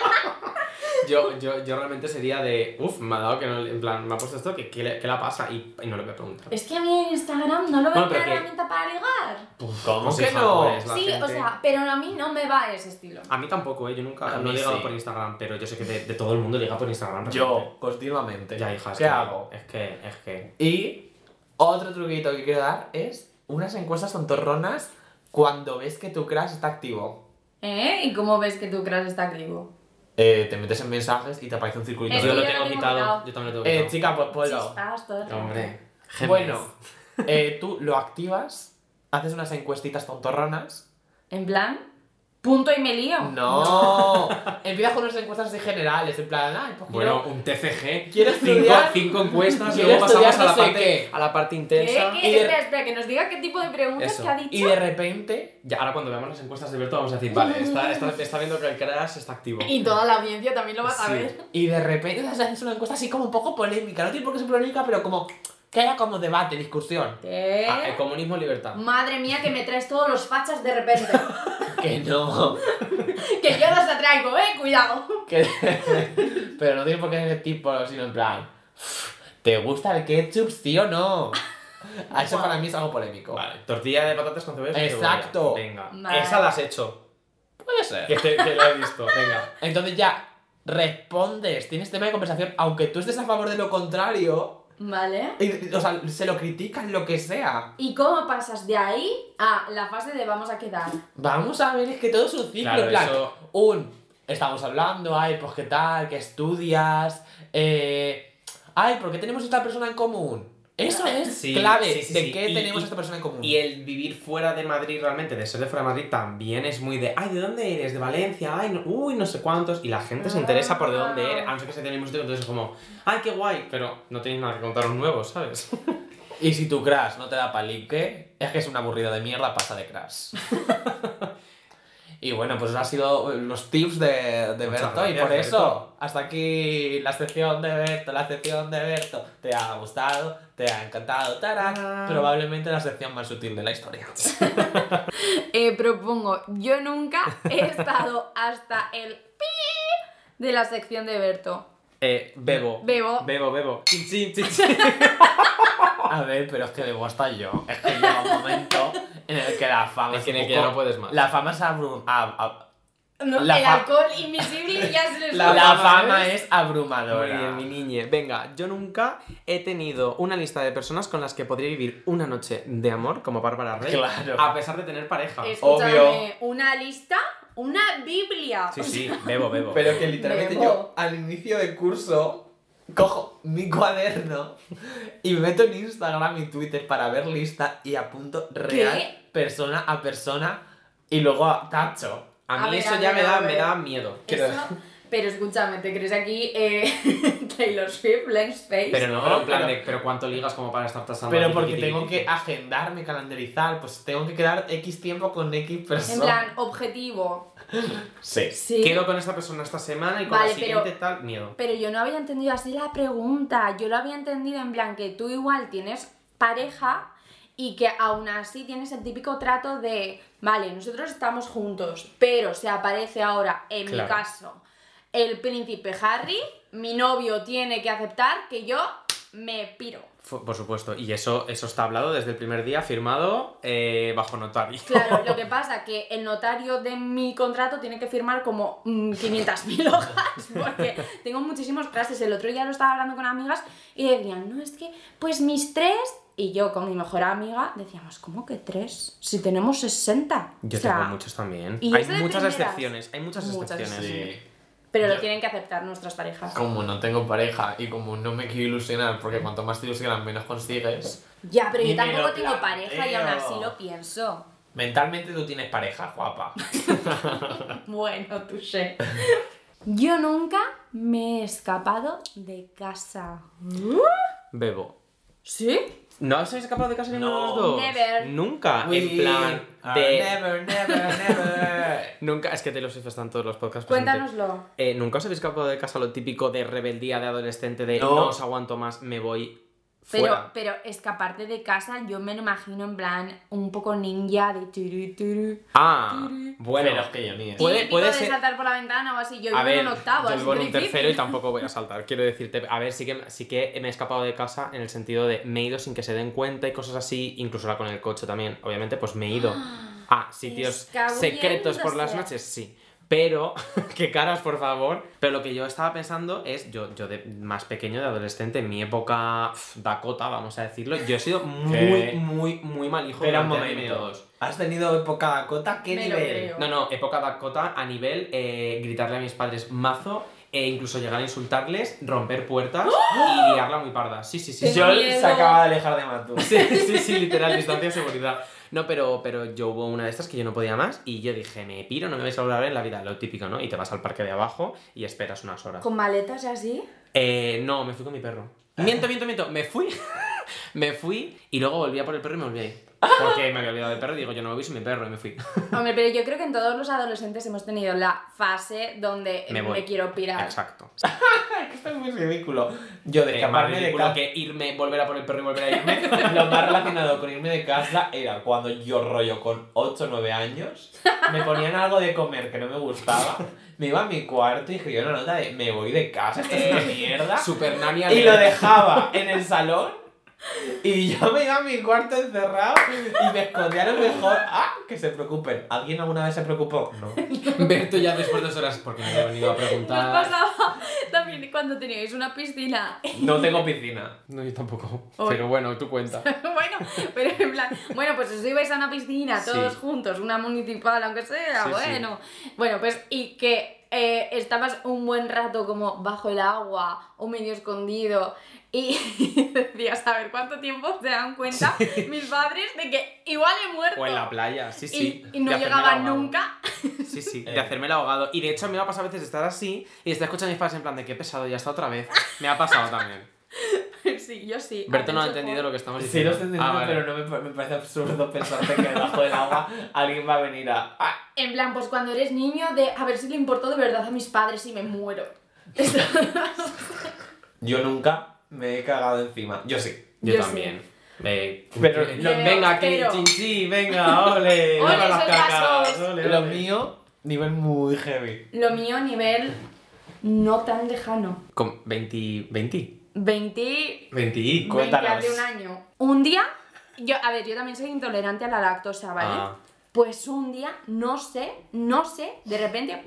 S3: Yo, yo, yo realmente sería de, uff, me ha dado que no, en plan, me ha puesto esto, que qué le, qué la pasa y, y no le voy a preguntar.
S4: Es que a mí en Instagram no lo veo
S3: Bueno,
S4: una
S3: pero que-
S4: herramienta para ligar.
S2: ¿Cómo
S3: Pues,
S2: que
S3: hija,
S2: no?
S3: pues, la
S4: sí, o
S3: gente-
S4: sea, pero a mí no me va ese estilo.
S3: A mí tampoco, ¿eh? yo nunca
S2: A
S3: no
S2: mí
S3: he llegado
S2: sí.
S3: por Instagram, pero yo sé que de, de todo el mundo llega por Instagram. realmente.
S2: Yo, continuamente.
S3: Ya, hija, es
S2: ¿Qué
S3: que-
S2: hago?
S3: Es que, es que.
S2: Y otro truquito que quiero dar es unas encuestas tontorronas cuando ves que tu crush está activo.
S4: ¿Eh? ¿Y cómo ves que tu crush está activo?
S2: Eh, te metes en mensajes y te aparece un circulito.
S4: Es
S3: yo
S4: que
S3: lo
S4: yo
S3: tengo
S4: lo tengo
S3: quitado,
S4: quitado.
S3: yo también lo tengo
S2: Eh,
S3: quitado.
S2: chica, pues ponlo.
S4: Chispas, todo el rato.
S3: Hombre, gemes.
S2: Bueno, eh, tú lo activas, haces unas encuestitas tontorronas
S4: En plan, punto y me lío.
S2: No, empiezas con unas encuestas así generales, en plan, ay, pues
S3: Bueno,
S2: quiero-
S3: un TCG.
S2: ¿Quieres
S3: cinco,
S2: estudiar?
S3: cinco encuestas,
S2: ¿Quieres
S3: luego pasamos
S2: estudiar
S3: a la,
S2: no sé
S3: parte,
S2: qué?
S3: a la parte
S4: ¿Qué?
S3: intensa.
S4: ¿Qué?
S2: y de-
S4: Espera, espera, que nos diga qué tipo de preguntas
S3: Eso.
S4: que ha dicho.
S2: Y de repente,
S3: Ya, ahora cuando veamos las encuestas de Berto vamos a decir, vale, está, está, está viendo que el crash está activo.
S4: Y toda la audiencia también lo va a
S3: Sí.
S4: saber.
S2: y de repente o sea, haces una encuesta así como un poco polémica, no tiene por qué ser polémica, pero como que haya como debate, discusión.
S4: ¿Qué?
S3: Ah,
S2: eh,
S3: el comunismo libertad.
S4: ¿Eh? Madre mía, que me traes todos los fachas de repente.
S2: Que no,
S4: que yo los atraigo, eh, cuidado.
S2: que... pero no tiene por qué ser tipo, sino en plan, ¿te gusta el ketchup, sí o no? Ah, Eso para mí es algo polémico.
S3: Vale, tortilla de patatas con cebolla. y cebolla.
S2: Exacto.
S3: Venga.
S4: Vale.
S3: Esa la has hecho.
S2: Puede ser.
S3: Que, te- que la he visto. Venga.
S2: Entonces ya respondes, tienes tema de conversación, aunque tú estés a favor de lo contrario.
S4: Vale.
S2: Y, o sea, se lo critican lo que sea.
S4: ¿Y cómo pasas de ahí a la fase de vamos a quedar?
S2: Vamos a ver, es que todo es un ciclo.
S3: Claro,
S2: en plan,
S3: eso-
S2: un, estamos hablando, ay, pues qué tal, qué estudias, eh, ay, ¿por qué tenemos esta persona en común? Eso es
S3: Eh, Sí,
S2: clave
S3: sí, sí,
S2: de
S3: sí.
S2: qué
S3: Y-
S2: tenemos
S3: y-
S2: esta persona en común.
S3: Y el vivir fuera de Madrid realmente, de ser de fuera de Madrid, también es muy de, ay, ¿de dónde eres? ¿De Valencia? Ay, no- uy, no sé cuántos. Y la gente se interesa por de dónde eres, a no ser que se tiene música, entonces es como, ay, qué guay, pero no tenéis nada que contaros nuevo, ¿sabes?
S2: Y si tu crush no te da palique, es que es una aburrida de mierda, pasa de crush. y bueno, pues han sido los tips de, de
S3: Muchas
S2: Berto. Y
S3: gracias,
S2: por eso, hasta aquí la sección de Berto, la sección de Berto. Te ha gustado, te ha encantado, tarán. Probablemente la sección más sutil de la historia.
S4: Eh, propongo, yo nunca he estado hasta el pi de la sección de Berto.
S3: Eh, bebo.
S4: Bebo.
S3: Bebo, bebo. Chin, chin, chin, chin.
S2: A ver, pero es que debo hasta yo. Es que llega un momento en el que la fama
S3: Es que en
S2: un
S3: el que
S2: poco-
S3: ya no puedes más.
S2: La fama es abrum- ab- ab-
S4: No,
S2: La
S4: el
S2: fa-
S4: alcohol invisible y ya se les
S2: la,
S4: va.
S2: la
S3: fama
S2: fama eh. es
S3: Muy
S2: abrumadora.
S3: bien, mi niñe. Venga, yo nunca he tenido una lista de personas con las que podría vivir una noche de amor como Bárbara Rey.
S2: Claro.
S3: A pesar de tener pareja.
S4: Escúchame,
S2: obvio.
S4: una lista, una biblia.
S3: Sí, sí, bebo, bebo.
S2: Pero que literalmente
S4: Memo.
S2: yo al inicio del curso cojo mi cuaderno y me meto en Instagram y Twitter para ver lista y apunto real persona a persona y luego a- tacho.
S3: a mí
S4: A ver,
S3: eso
S4: a
S3: ya
S4: ver,
S3: me,
S4: a
S3: da,
S4: ver.
S3: me da miedo.
S4: Eso, Pero escúchame, ¿te crees aquí eh, Taylor Swift, Blank Space?
S3: Pero no, pero en plan
S2: pero-
S3: de, pero ¿cuánto ligas como para estar tasando?
S2: Pero
S3: aquí,
S2: porque
S3: tiqui,
S2: tengo
S3: tiqui,
S2: que
S3: tiqui?
S2: agendarme, calendarizar, pues tengo que quedar X tiempo con X personas.
S4: en plan, objetivo.
S2: Sí.
S4: Sí.
S3: Quedo con esta persona esta semana y con
S4: Vale,
S3: la
S4: pero-
S3: siguiente tal. Miedo.
S4: Pero yo no había entendido así la pregunta. Yo lo había entendido en plan que tú igual tienes pareja y que aún así tienes el típico trato de, vale, nosotros estamos juntos, pero se aparece ahora, en
S3: Claro.
S4: mi caso, el príncipe Harry, mi novio tiene que aceptar que yo me piro.
S3: Fu- Por supuesto. Y eso, eso está hablado desde el primer día, firmado eh, bajo notario.
S4: Claro, lo que pasa que el notario de mi contrato tiene que firmar como mm, 500.000 hojas, porque tengo muchísimas frases. El otro día lo estaba hablando con amigas y decían, no, es que, pues mis tres, y yo con mi mejor amiga decíamos, ¿cómo que tres? Si tenemos 60.
S3: Yo
S4: O sea,
S3: tengo muchos también.
S4: y
S3: Hay
S4: es de
S3: muchas
S4: primeras.
S3: excepciones. Hay muchas
S4: Muchas.
S3: excepciones.
S2: Sí.
S4: Pero lo
S2: Yo-
S4: tienen que aceptar nuestras parejas.
S2: Como no tengo pareja y como no me quiero ilusionar, porque cuanto más te ilusionas, menos consigues.
S4: Ya, pero
S2: Ni
S4: yo
S2: me lo
S4: tampoco tengo pareja y aún
S2: planteo.
S4: así lo pienso.
S2: Mentalmente tú tienes pareja, guapa.
S4: Bueno, tú sé. Yo nunca me he escapado de casa.
S3: Bebo.
S4: ¿Sí?
S3: ¿No os habéis escapado de casa ninguno de los
S2: No.
S3: dos?
S4: Never.
S3: Nunca. Ah,
S2: We
S3: en plan
S2: are ah,
S3: de.
S2: Never, never, never.
S3: Nunca. Es que Taylor Swift está en todos los podcasts. presente.
S4: Cuéntanoslo.
S3: Eh, ¿Nunca os habéis escapado de casa lo típico de rebeldía de adolescente de no,
S2: No.
S3: os aguanto más, me voy
S4: Pero,
S3: fuera?
S4: pero escaparte de casa, yo me lo imagino en plan un poco ninja de turu turu.
S3: ah, bueno.
S2: Pero es que yo ni
S3: Puede-
S4: Típico
S3: puede
S4: de
S3: ser-
S4: saltar por la ventana o así. Yo
S3: a
S4: vivo
S3: ver,
S4: en un octavo,
S3: yo
S4: así
S3: vivo en un
S4: que difícil.
S3: tercero y tampoco voy a saltar, quiero decirte. A ver, sí que, sí que me he escapado de casa en el sentido de me he ido sin que se den cuenta y cosas así, incluso ahora con el coche también, obviamente, pues me he ido a sitios secretos por las
S4: Escabulléndose.
S3: noches, sí. Pero, qué caras, por favor. Pero lo que yo estaba pensando es, yo, yo de más pequeño, de adolescente, en mi época pf, Dakota, vamos a decirlo, yo he sido muy,
S2: ¿Qué?
S3: muy, muy mal hijo.
S2: Espera un
S3: durante año y
S2: momento.
S3: medio.
S2: ¿Has tenido época cota? ¿Qué
S4: Me lo
S2: nivel?
S4: creo.
S3: No, no, época Dakota a nivel eh, gritarle a mis padres mazo e incluso llegar a insultarles, romper puertas y liarla muy parda. Sí, sí, sí.
S4: Qué
S3: sí.
S2: Yo
S4: miedo.
S2: se acaba de alejar de Matú.
S3: Sí, sí, sí, literal, distancia de seguridad. No, pero, pero yo hubo una de estas que yo no podía más y yo dije, me piro, no me vais a hablar en la vida, lo típico, ¿no? Y te vas al parque de abajo y esperas unas horas.
S4: Con maletas y así.
S3: Eh, no, me fui con mi perro. Miento, miento, miento. Me fui. me fui y luego volví a por el perro y me olvidé. Porque me había olvidado del perro y digo, yo no me voy sin mi perro y me fui.
S4: Hombre, pero yo creo que en todos los adolescentes hemos tenido la fase donde
S3: Me
S4: me,
S3: voy.
S4: quiero pirar.
S3: Exacto.
S2: Esto es muy ridículo. Yo de
S3: Eh, más
S2: escaparme de
S3: ridículo
S2: casa.
S3: que irme, volver a por el perro y volver a irme.
S2: Lo más relacionado con irme de casa era cuando yo rollo con 8 o 9 años, me ponían algo de comer que no me gustaba, me iba a mi cuarto y escribía una nota de me voy de casa, esto es una mierda.
S3: Super nani
S2: Y lo dejaba en el salón y yo me iba a mi cuarto encerrado y me escondía a lo mejor. Ah, que se preocupen. ¿Alguien alguna vez se preocupó? No.
S3: Berto ya después de dos horas porque me había venido a
S4: Nos
S3: preguntar.
S4: pasaba también cuando teníais una piscina.
S2: No tengo piscina.
S3: No, yo tampoco.
S4: Hoy.
S3: Pero bueno, tú cuenta.
S4: bueno, pero en plan, bueno, pues os ibais a una piscina todos
S3: Sí.
S4: juntos, una municipal, aunque sea,
S3: Sí, sí.
S4: bueno. Bueno, pues y que eh, estabas un buen rato como bajo el agua o medio escondido y decías, a ver cuánto tiempo se dan cuenta mis padres de que igual he muerto.
S3: O en la playa, sí,
S4: Y-
S3: sí.
S4: y, no
S3: De hacerme el
S4: llegaba
S3: ahogado.
S4: nunca.
S3: Sí, sí, de
S2: Eh.
S3: hacerme el ahogado. Y de hecho, a mí me ha pasado a veces de estar así y estar escuchando a mis padres en plan de qué pesado, ya está otra vez. Me ha pasado también.
S4: sí, yo sí.
S3: Berto no ha entendido lo que estamos
S2: Sí,
S3: diciendo.
S2: lo estoy entendiendo,
S3: Ah, vale.
S2: pero Pues no me, pa- me parece absurdo pensarte que debajo del agua alguien va a venir a. "Ah,
S4: En plan, pues cuando eres niño, de a ver si le importó de verdad a mis padres y me muero.
S2: Yo nunca me he cagado encima. Yo sí.
S3: Yo,
S4: Yo sí.
S3: también. Eh,
S2: Pero
S3: eh,
S2: lo-
S3: venga aquí,
S4: pero-
S3: chin, chin, venga,
S2: Ah,
S3: ole.
S4: Ole,
S3: lava las
S4: soy
S3: cacas,
S4: gasos.
S3: ole,
S2: Lo
S3: ole.
S2: mío, nivel muy heavy.
S4: Lo mío, nivel no tan lejano.
S3: Con 20, 20,
S4: 20
S3: 20 y
S2: Cuéntanos.
S4: de un año. Un día, yo, a ver, yo también soy intolerante a la lactosa, ¿vale?
S3: Ah.
S4: Pues un día, no sé, no sé, de repente,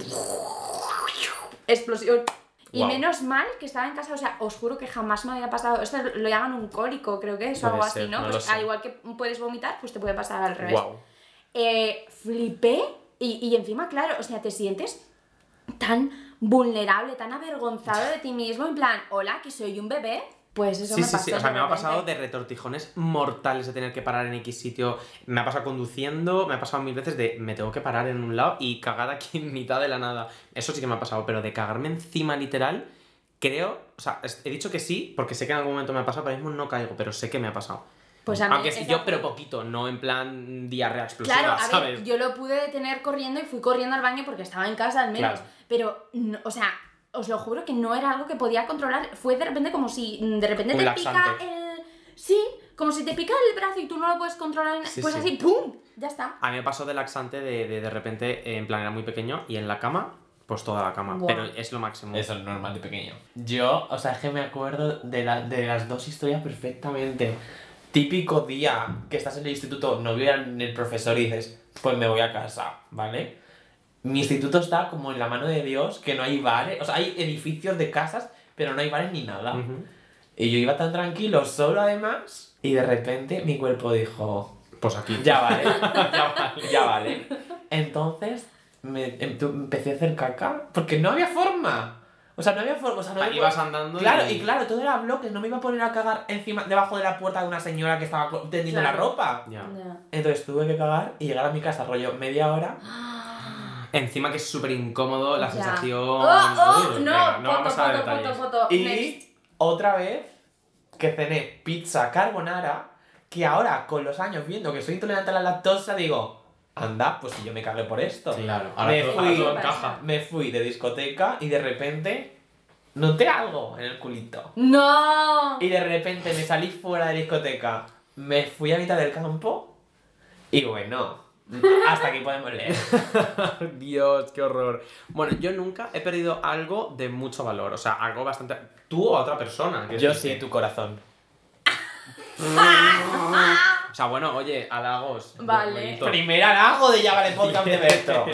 S4: explosión. Y
S3: Guau.
S4: menos mal que estaba en casa, o sea, os juro que jamás me había pasado. Esto lo llaman un cólico, creo que es, o
S3: Puede
S4: algo
S3: ser,
S4: así, ¿no?
S3: no lo
S4: pues
S3: sé.
S4: al igual que puedes vomitar, pues te puede pasar al revés.
S3: Wow.
S4: Eh, flipé y, y encima, claro, o sea, te sientes tan vulnerable, tan avergonzado de ti mismo, en plan, hola, que soy un bebé, Pues eso
S3: Sí,
S4: me
S3: sí,
S4: pasó.
S3: sí. O sea,
S4: de
S3: me ha pasado
S4: repente.
S3: de retortijones mortales de tener que parar en X sitio. Me ha pasado conduciendo, me ha pasado mil veces de me tengo que parar en un lado y cagar aquí en mitad de la nada. Eso sí que me ha pasado, pero de cagarme encima literal, creo. O sea, es- he dicho que sí, porque sé que en algún momento me ha pasado, pero ahora mismo no caigo, pero sé que me ha pasado.
S4: Pues a mí
S3: Aunque sí,
S4: esa
S3: yo,
S4: fue-
S3: pero poquito, no en plan diarrea explosiva,
S4: Claro, a
S3: ¿sabes?
S4: ver, yo lo pude detener corriendo y fui corriendo al baño porque estaba en casa al menos.
S3: Claro.
S4: Pero, no- o sea, os lo juro que no era algo que podía controlar. Fue de repente como si mm, de repente
S3: Un
S4: te
S3: laxante.
S4: pica el. Sí, como si te pica el brazo y tú no lo puedes controlar.
S3: Sí,
S4: pues
S3: sí.
S4: así, ¡pum! Ya está.
S3: A mí me pasó de laxante de de, de repente, eh, en plan, era muy pequeño y en la cama, pues toda la cama.
S4: Buah.
S3: Pero es lo máximo.
S2: Eso es normal de pequeño. Yo, o sea, es que me acuerdo de, la- de las dos historias perfectamente. Típico día que estás en el instituto, no veo el profesor y dices, pues me voy a casa, ¿vale? Mi instituto está como en la mano de Dios, que no hay bares, o sea, hay edificios de casas, pero no hay bares ni nada.
S3: Ujú.
S2: Y yo iba tan tranquilo, solo además, y de repente mi cuerpo dijo,
S3: Pues aquí.
S2: ya vale, ya vale, ya vale. Entonces me, em- tu- empecé a hacer caca porque no había forma. O sea, no había forma. O sea, no
S3: Ahí
S2: había
S4: pues,
S3: vas
S2: forma.
S3: andando
S2: Claro,
S3: y-
S2: y claro, todo era bloques. No me iba a poner a cagar encima, debajo de la puerta de una señora que estaba co- tendiendo
S4: Claro.
S2: la ropa.
S3: Ya.
S4: Ya.
S2: Entonces tuve que cagar y llegar a mi casa, rollo, media hora.
S3: Encima que es súper incómodo la
S4: Ya.
S3: sensación.
S4: Oh, oh,
S3: Uf,
S4: no,
S3: venga,
S4: foto,
S3: vamos a
S4: foto,
S3: detalles.
S4: foto, foto.
S2: Y
S4: Next.
S2: otra vez que cené pizza carbonara, que ahora con los años viendo que soy intolerante a la lactosa, digo, anda, pues si yo me cagué por esto.
S3: Claro,
S2: Me
S3: ahora todo, ahora
S2: fui.
S3: todo encaja.
S2: Me fui de discoteca y de repente noté algo en el culito.
S4: ¡No!
S2: Y de repente me salí fuera de discoteca, me fui a mitad del campo y bueno, hasta aquí podemos leer.
S3: Dios, qué horror. Bueno, yo nunca he perdido algo de mucho valor. O sea, algo bastante. Tú o otra persona. quiero
S2: Yo
S3: decir.
S2: sí, tu corazón.
S3: O sea, bueno, oye, halagos.
S4: Vale.
S3: Bonito.
S2: Primer halago de Ya Vale Podcast de Berto.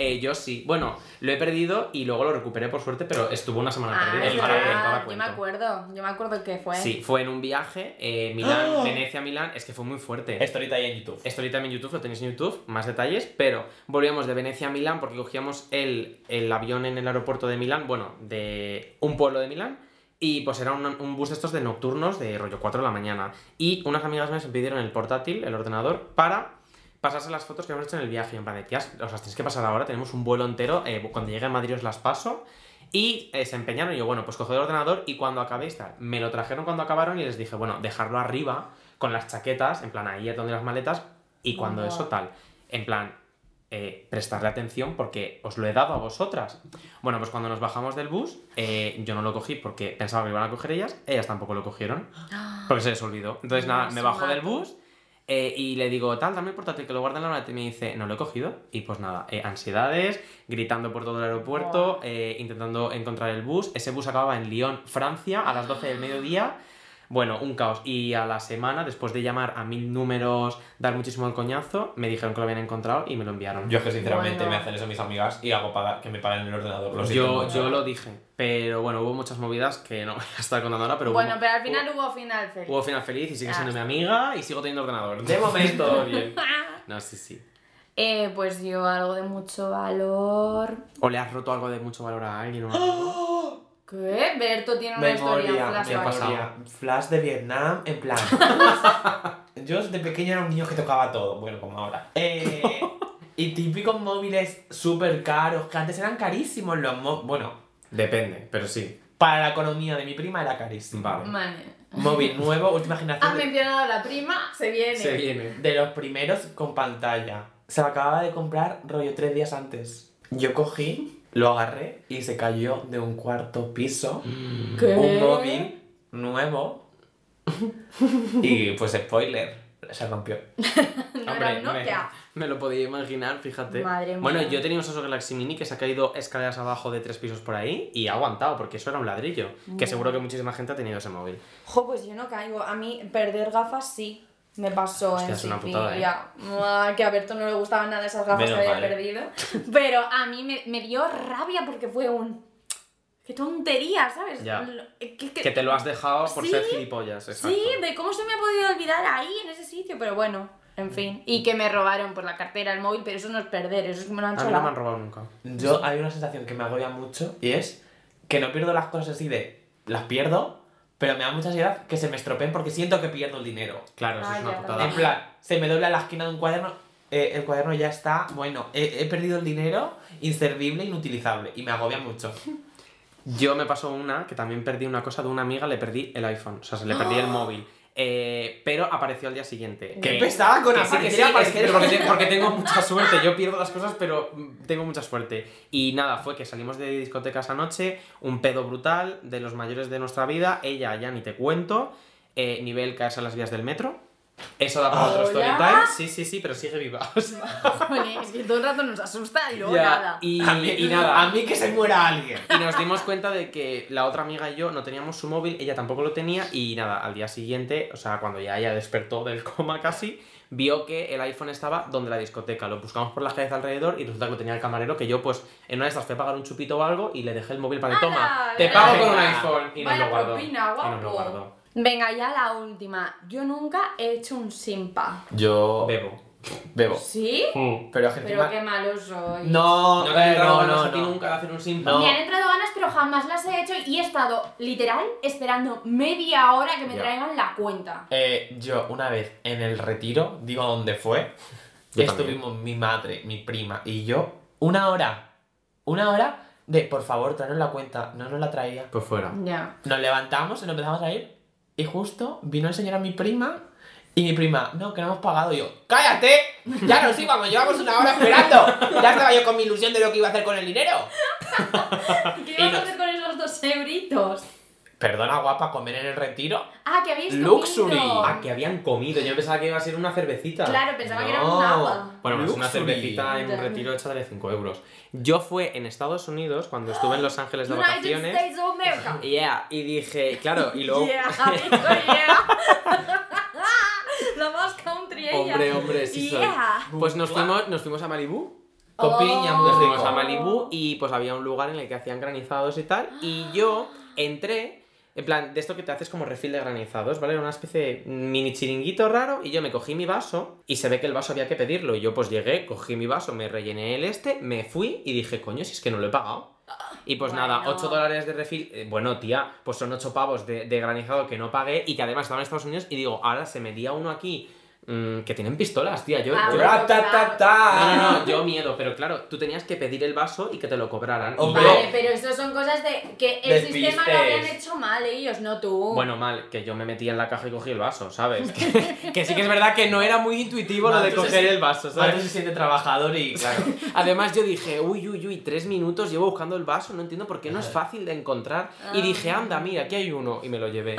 S3: Eh, yo sí. Bueno, lo he perdido y luego lo recuperé por suerte, pero estuvo una semana
S4: Ah,
S3: perdida.
S4: es
S2: el
S3: Ahora
S2: que-
S3: cuento, ahora
S4: verdad, yo me
S3: cuento.
S4: acuerdo, eh. yo me acuerdo que fue.
S3: Sí, fue en un viaje, eh, Milán,
S2: ¡Ah!
S3: Venecia, Milán. Es que fue muy fuerte.
S2: Esto ahorita hay en YouTube.
S3: Esto ahorita en YouTube, lo tenéis en YouTube, más detalles, pero volvíamos de Venecia a Milán porque cogíamos el, el avión en el aeropuerto de Milán, bueno, de un pueblo de Milán, y pues era un, un bus de estos de nocturnos de rollo 4 de la mañana. Y unas amigas mías me pidieron el portátil, el ordenador, para pasarse las fotos que hemos hecho en el viaje. Y en plan de, tías, os las tenéis que pasar ahora, tenemos un vuelo entero, eh, cuando llegue a Madrid os las paso. Y eh, se empeñaron, y yo, bueno, pues coge el ordenador y cuando acabéis, tal. Me lo trajeron cuando acabaron y les dije, bueno, dejarlo arriba con las chaquetas, en plan ahí es donde las maletas, y cuando
S4: Buah.
S3: eso tal, en plan, eh, prestarle atención porque os lo he dado a vosotras. Bueno, pues cuando nos bajamos del bus, eh, yo no lo cogí porque pensaba que lo iban a coger ellas, ellas tampoco lo cogieron, porque se les olvidó. Entonces nada,
S4: No,
S3: me
S4: se
S3: bajo del
S4: mata.
S3: bus eh, y le digo, tal, dame el portátil que lo guarda en la maleta. Y me dice, no lo he cogido. Y pues nada, eh, ansiedades, gritando por todo el aeropuerto, eh, intentando encontrar el bus. Ese bus acababa en Lyon, Francia, a las 12 del mediodía. Bueno, un caos. Y a la semana, después de llamar a mil números, dar muchísimo el coñazo, me dijeron que lo habían encontrado y me lo enviaron.
S2: Yo es que sinceramente
S4: Bueno.
S2: me hacen eso mis amigas y hago pagar, que me paguen el ordenador. Lo siento
S3: yo,
S2: mucho.
S3: yo lo dije. Pero bueno, hubo muchas movidas que no voy a estar contando ahora, pero
S4: Bueno,
S3: hubo-
S4: pero al final hubo final feliz.
S3: hubo, hubo final feliz y sigue
S4: Ah.
S3: siendo mi amiga y sigo teniendo ordenador.
S2: De momento.
S3: Todo bien. No, sí, sí.
S4: Eh, pues yo algo de mucho valor.
S3: ¿O le has roto algo de mucho valor a alguien? o algo?
S4: ¿Qué? Berto tiene una historia
S2: Memoria,
S4: en flashback.
S2: memoria. Flash de Vietnam, en plan. yo de pequeño era un niño que tocaba todo, bueno, como ahora. Eh, y típicos móviles súper caros, que antes eran carísimos los móviles. Bueno,
S3: Depende, pero sí.
S2: para la economía de mi prima era carísimo.
S3: Vale.
S4: Vale.
S2: Móvil nuevo, última
S4: Has
S2: generación. de-
S4: mencionado a la prima, se viene.
S3: Se viene.
S2: De los primeros con pantalla. Se lo acababa de comprar rollo tres días antes. Yo cogí, lo agarré y se cayó de un cuarto piso.
S4: ¿Qué?
S2: Un móvil nuevo. Y pues spoiler, se rompió.
S4: No
S3: Hombre,
S4: era un Nokia.
S3: Me, me lo podía imaginar, fíjate.
S4: Madre mía.
S3: Bueno, yo tenía un Samsung Galaxy Mini que se ha caído escaleras abajo de tres pisos por ahí y ha aguantado porque eso era un ladrillo. Que
S4: Mm.
S3: seguro que muchísima gente ha tenido ese móvil.
S4: Jo, pues yo no caigo. A mí perder gafas sí. Me pasó
S3: Hostia,
S4: en
S3: es una
S4: Sicilia.
S3: putada, ¿eh?
S4: Mua, que a Berto no le gustaban nada esas gafas
S2: Menos
S4: que había
S2: mal, ¿eh?
S4: perdido. Pero a mí me, me dio rabia porque fue un. ¡Qué tontería, ¿sabes?
S3: Ya.
S4: Lo- eh, que- que-
S3: Que te lo has dejado por
S4: Sí.
S3: ser gilipollas, exacto. Ah,
S4: Sí, de cómo se me ha podido olvidar ahí, en ese sitio, pero bueno, en fin. Y que me robaron por la cartera, el móvil, pero eso no es perder, eso es que me lo han
S3: A mí no me han
S4: robado.
S3: robado nunca.
S2: Yo hay una sensación que me agobia mucho y es que no pierdo las cosas así de las pierdo, Pero me da mucha ansiedad que se me estropeen porque siento que pierdo el dinero.
S3: Claro, eso
S4: Ah,
S3: es una
S4: ya,
S3: putada.
S2: En
S4: también.
S2: plan, se me dobla la esquina de un cuaderno, eh, el cuaderno ya está, bueno, he, he perdido el dinero, inservible, inutilizable, y me agobia mucho.
S3: Yo me pasó una que también perdí una cosa de una amiga, le perdí el iPhone, o sea, se le perdí el móvil. Eh, pero apareció al día siguiente.
S2: ¡Qué
S3: Que-
S2: pesada con
S3: que
S2: así
S3: sí, que sí, es que porque, te- porque tengo mucha suerte. Yo pierdo las cosas, pero mm, tengo mucha suerte. Y nada, fue que salimos de discotecas anoche, un pedo brutal de los mayores de nuestra vida. Ella ya ni te cuento. eh, nivel caerse a las vías del metro. Eso da para otro story
S4: Hola.
S3: time. Sí, sí, sí, pero sigue viva. o sea,
S4: Joder, es que todo el rato nos asusta y luego
S3: ya.
S4: nada.
S3: Y,
S2: A mí,
S3: y nada.
S2: A mí que se muera alguien.
S3: Y nos dimos cuenta de que la otra amiga y yo no teníamos su móvil, ella tampoco lo tenía y nada, al día siguiente, o sea, cuando ya ella despertó del coma casi, vio que el iPhone estaba donde la discoteca. Lo buscamos por las calles de alrededor y resulta que lo tenía el camarero que yo pues en una de estas fui a pagar un chupito o algo y le dejé el móvil para que
S4: ¡Hala!
S3: toma, te pago con un
S2: Venga.
S3: iPhone y nos
S4: Vaya
S3: lo guardó.
S4: propina,
S3: Y nos lo
S4: guapo.
S3: guardó.
S4: Venga, ya la última. Yo nunca he hecho un simpa.
S2: Yo
S3: Bebo.
S2: bebo.
S4: ¿Sí?
S2: Pero es que
S4: Pero
S2: encima-
S4: qué malo soy.
S2: No,
S3: No,
S2: eh, no,
S3: no,
S2: no,
S3: a ti
S2: no.
S3: nunca de hacer un simpa.
S2: No.
S4: Me han entrado ganas, pero jamás las he hecho y he estado literal esperando media hora que me
S2: Ya.
S4: traigan la cuenta.
S2: Eh, yo una vez en el retiro, digo dónde fue,
S3: Yo
S2: estuvimos mi madre, mi prima y yo una hora, una hora de por favor traernos la cuenta, no nos la traía.
S3: Pues fuera.
S4: Ya.
S2: Nos levantamos y nos empezamos a ir y justo vino el señor a mi prima y mi prima, no, que no hemos pagado Y yo. ¡Cállate! Ya nos íbamos, llevamos una hora esperando. Ya estaba yo con mi ilusión de lo que iba a hacer con el dinero.
S4: ¿Qué
S2: Y
S4: ibas a
S2: no-
S4: hacer con esos dos euritos?
S2: Perdona guapa, comer en el retiro.
S4: Ah, que habéis
S2: Luxury.
S4: comido.
S3: Ah, que habían comido, yo pensaba que iba a ser una cervecita.
S4: Claro, pensaba que era
S2: No.
S4: un agua.
S3: Bueno, es una
S2: Luxury.
S3: cervecita en un
S4: Ya.
S3: retiro hecha de 5 euros. Yo fue en Estados Unidos cuando estuve en Los
S2: Pues
S3: Ángeles de
S4: United
S3: vacaciones.
S4: States of America.
S3: Yeah, y dije, claro, y luego.
S4: Yeah, amigo, yeah. La más country ella.
S3: Hombre, hombre, sí soy.
S4: Yeah.
S3: Pues nos fuimos, nos fuimos a Malibú.
S2: Con piña, muy rico.
S3: Nos fuimos a Malibú y pues había un lugar en el que hacían granizados y tal.
S4: Ah.
S3: Y yo entré, en plan, de esto que te haces como refil de granizados, ¿vale? Era una especie de mini chiringuito raro. Y yo me cogí mi vaso y se ve que el vaso había que pedirlo. Y yo pues llegué, cogí mi vaso, me rellené el este, me fui y dije, coño, si es que no lo he pagado. Y pues nada,
S4: Bueno.
S3: 8 dólares de refil. eh, bueno, tía, pues son 8 pavos de, de granizado que no pagué y que además estaba en Estados Unidos. Y digo, ahora se metía uno aquí mm, que tienen pistolas, tía. Yo,
S4: Ah,
S3: yo-
S4: bueno.
S3: no, no, no, yo miedo, pero claro, tú tenías que pedir el vaso y que te lo cobraran. Y
S2: Hombre.
S3: yo-
S4: Vale, pero eso son cosas de que el
S2: Despistes.
S4: sistema lo habían hecho mal ellos, no tú.
S3: bueno, mal, que yo me metí en la caja y cogí el vaso, ¿sabes? que, que sí que es verdad que no era muy intuitivo lo de
S2: Entonces,
S3: coger el vaso,
S2: Ahora se
S3: ¿sabes?
S2: siente trabajador y claro.
S3: Además yo dije, uy, uy, uy, tres minutos llevo buscando el vaso, no entiendo por qué no es fácil de encontrar.
S4: Ah.
S3: Y dije, anda, mira, aquí hay uno. Y me lo llevé.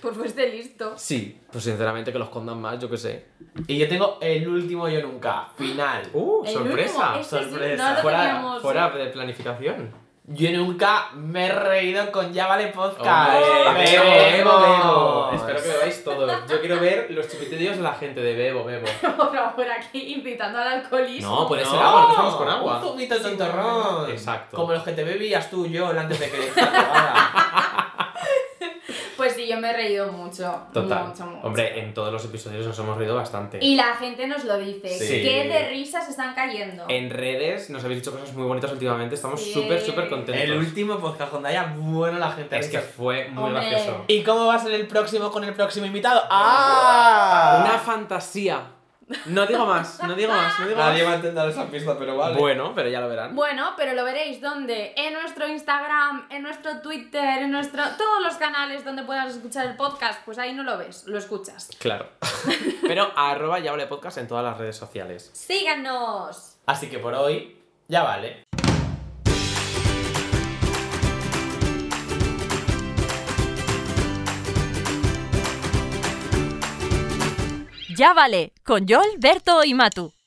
S4: Pues fuiste listo.
S3: Sí, pues sinceramente que los condan más, yo qué sé.
S2: Y yo tengo el último yo nunca, final.
S3: ¡Uh,
S4: El
S3: sorpresa!
S4: último, este sí,
S2: sorpresa.
S4: no lo
S3: fuera
S4: teníamos.
S3: fuera de planificación.
S2: Yo nunca me he reído con Ya Vale Podcast.
S3: Hombre, Bebo, bebo, bebo.
S2: Bebemos.
S3: Espero que lo veáis todos. Yo quiero ver los chupitillos de la gente de Bebo, Bebo.
S4: Por favor, aquí incitando al alcoholismo.
S3: No, pues- puede
S2: No,
S3: ser agua, no estamos con agua.
S2: Un zumito de tontorrón.
S3: Exacto.
S2: Como los que te bebías tú y yo antes de que llegara.
S4: Pues sí, yo me he reído mucho.
S3: Total.
S4: Mucho, mucho.
S3: Hombre, en todos los episodios nos hemos reído bastante.
S4: Y la gente nos lo dice.
S3: Sí.
S4: ¿Qué de risas están cayendo?
S3: En redes nos habéis dicho cosas muy bonitas últimamente. Estamos
S4: Sí.
S3: súper, súper contentos.
S2: El último pues, podcast con Daya, bueno la gente. ha
S3: Es que
S2: dicho.
S3: fue muy
S4: Hombre.
S3: gracioso.
S2: ¿Y cómo va a ser el próximo con el próximo invitado? ¡Ah!
S3: Una fantasía. No digo más, no digo más, no digo más.
S2: va a entender esa pista, pero
S3: Bueno, pero ya lo verán.
S4: Bueno, pero lo veréis donde? En nuestro Instagram, en nuestro Twitter, en nuestro todos los canales donde puedas escuchar el podcast, pues ahí no lo ves, lo escuchas.
S3: Claro. Pero arroba ya vale podcast en todas las redes sociales.
S4: Síganos.
S2: Así que por hoy, ya vale.
S5: Ya vale con Joel, Berto y Matu.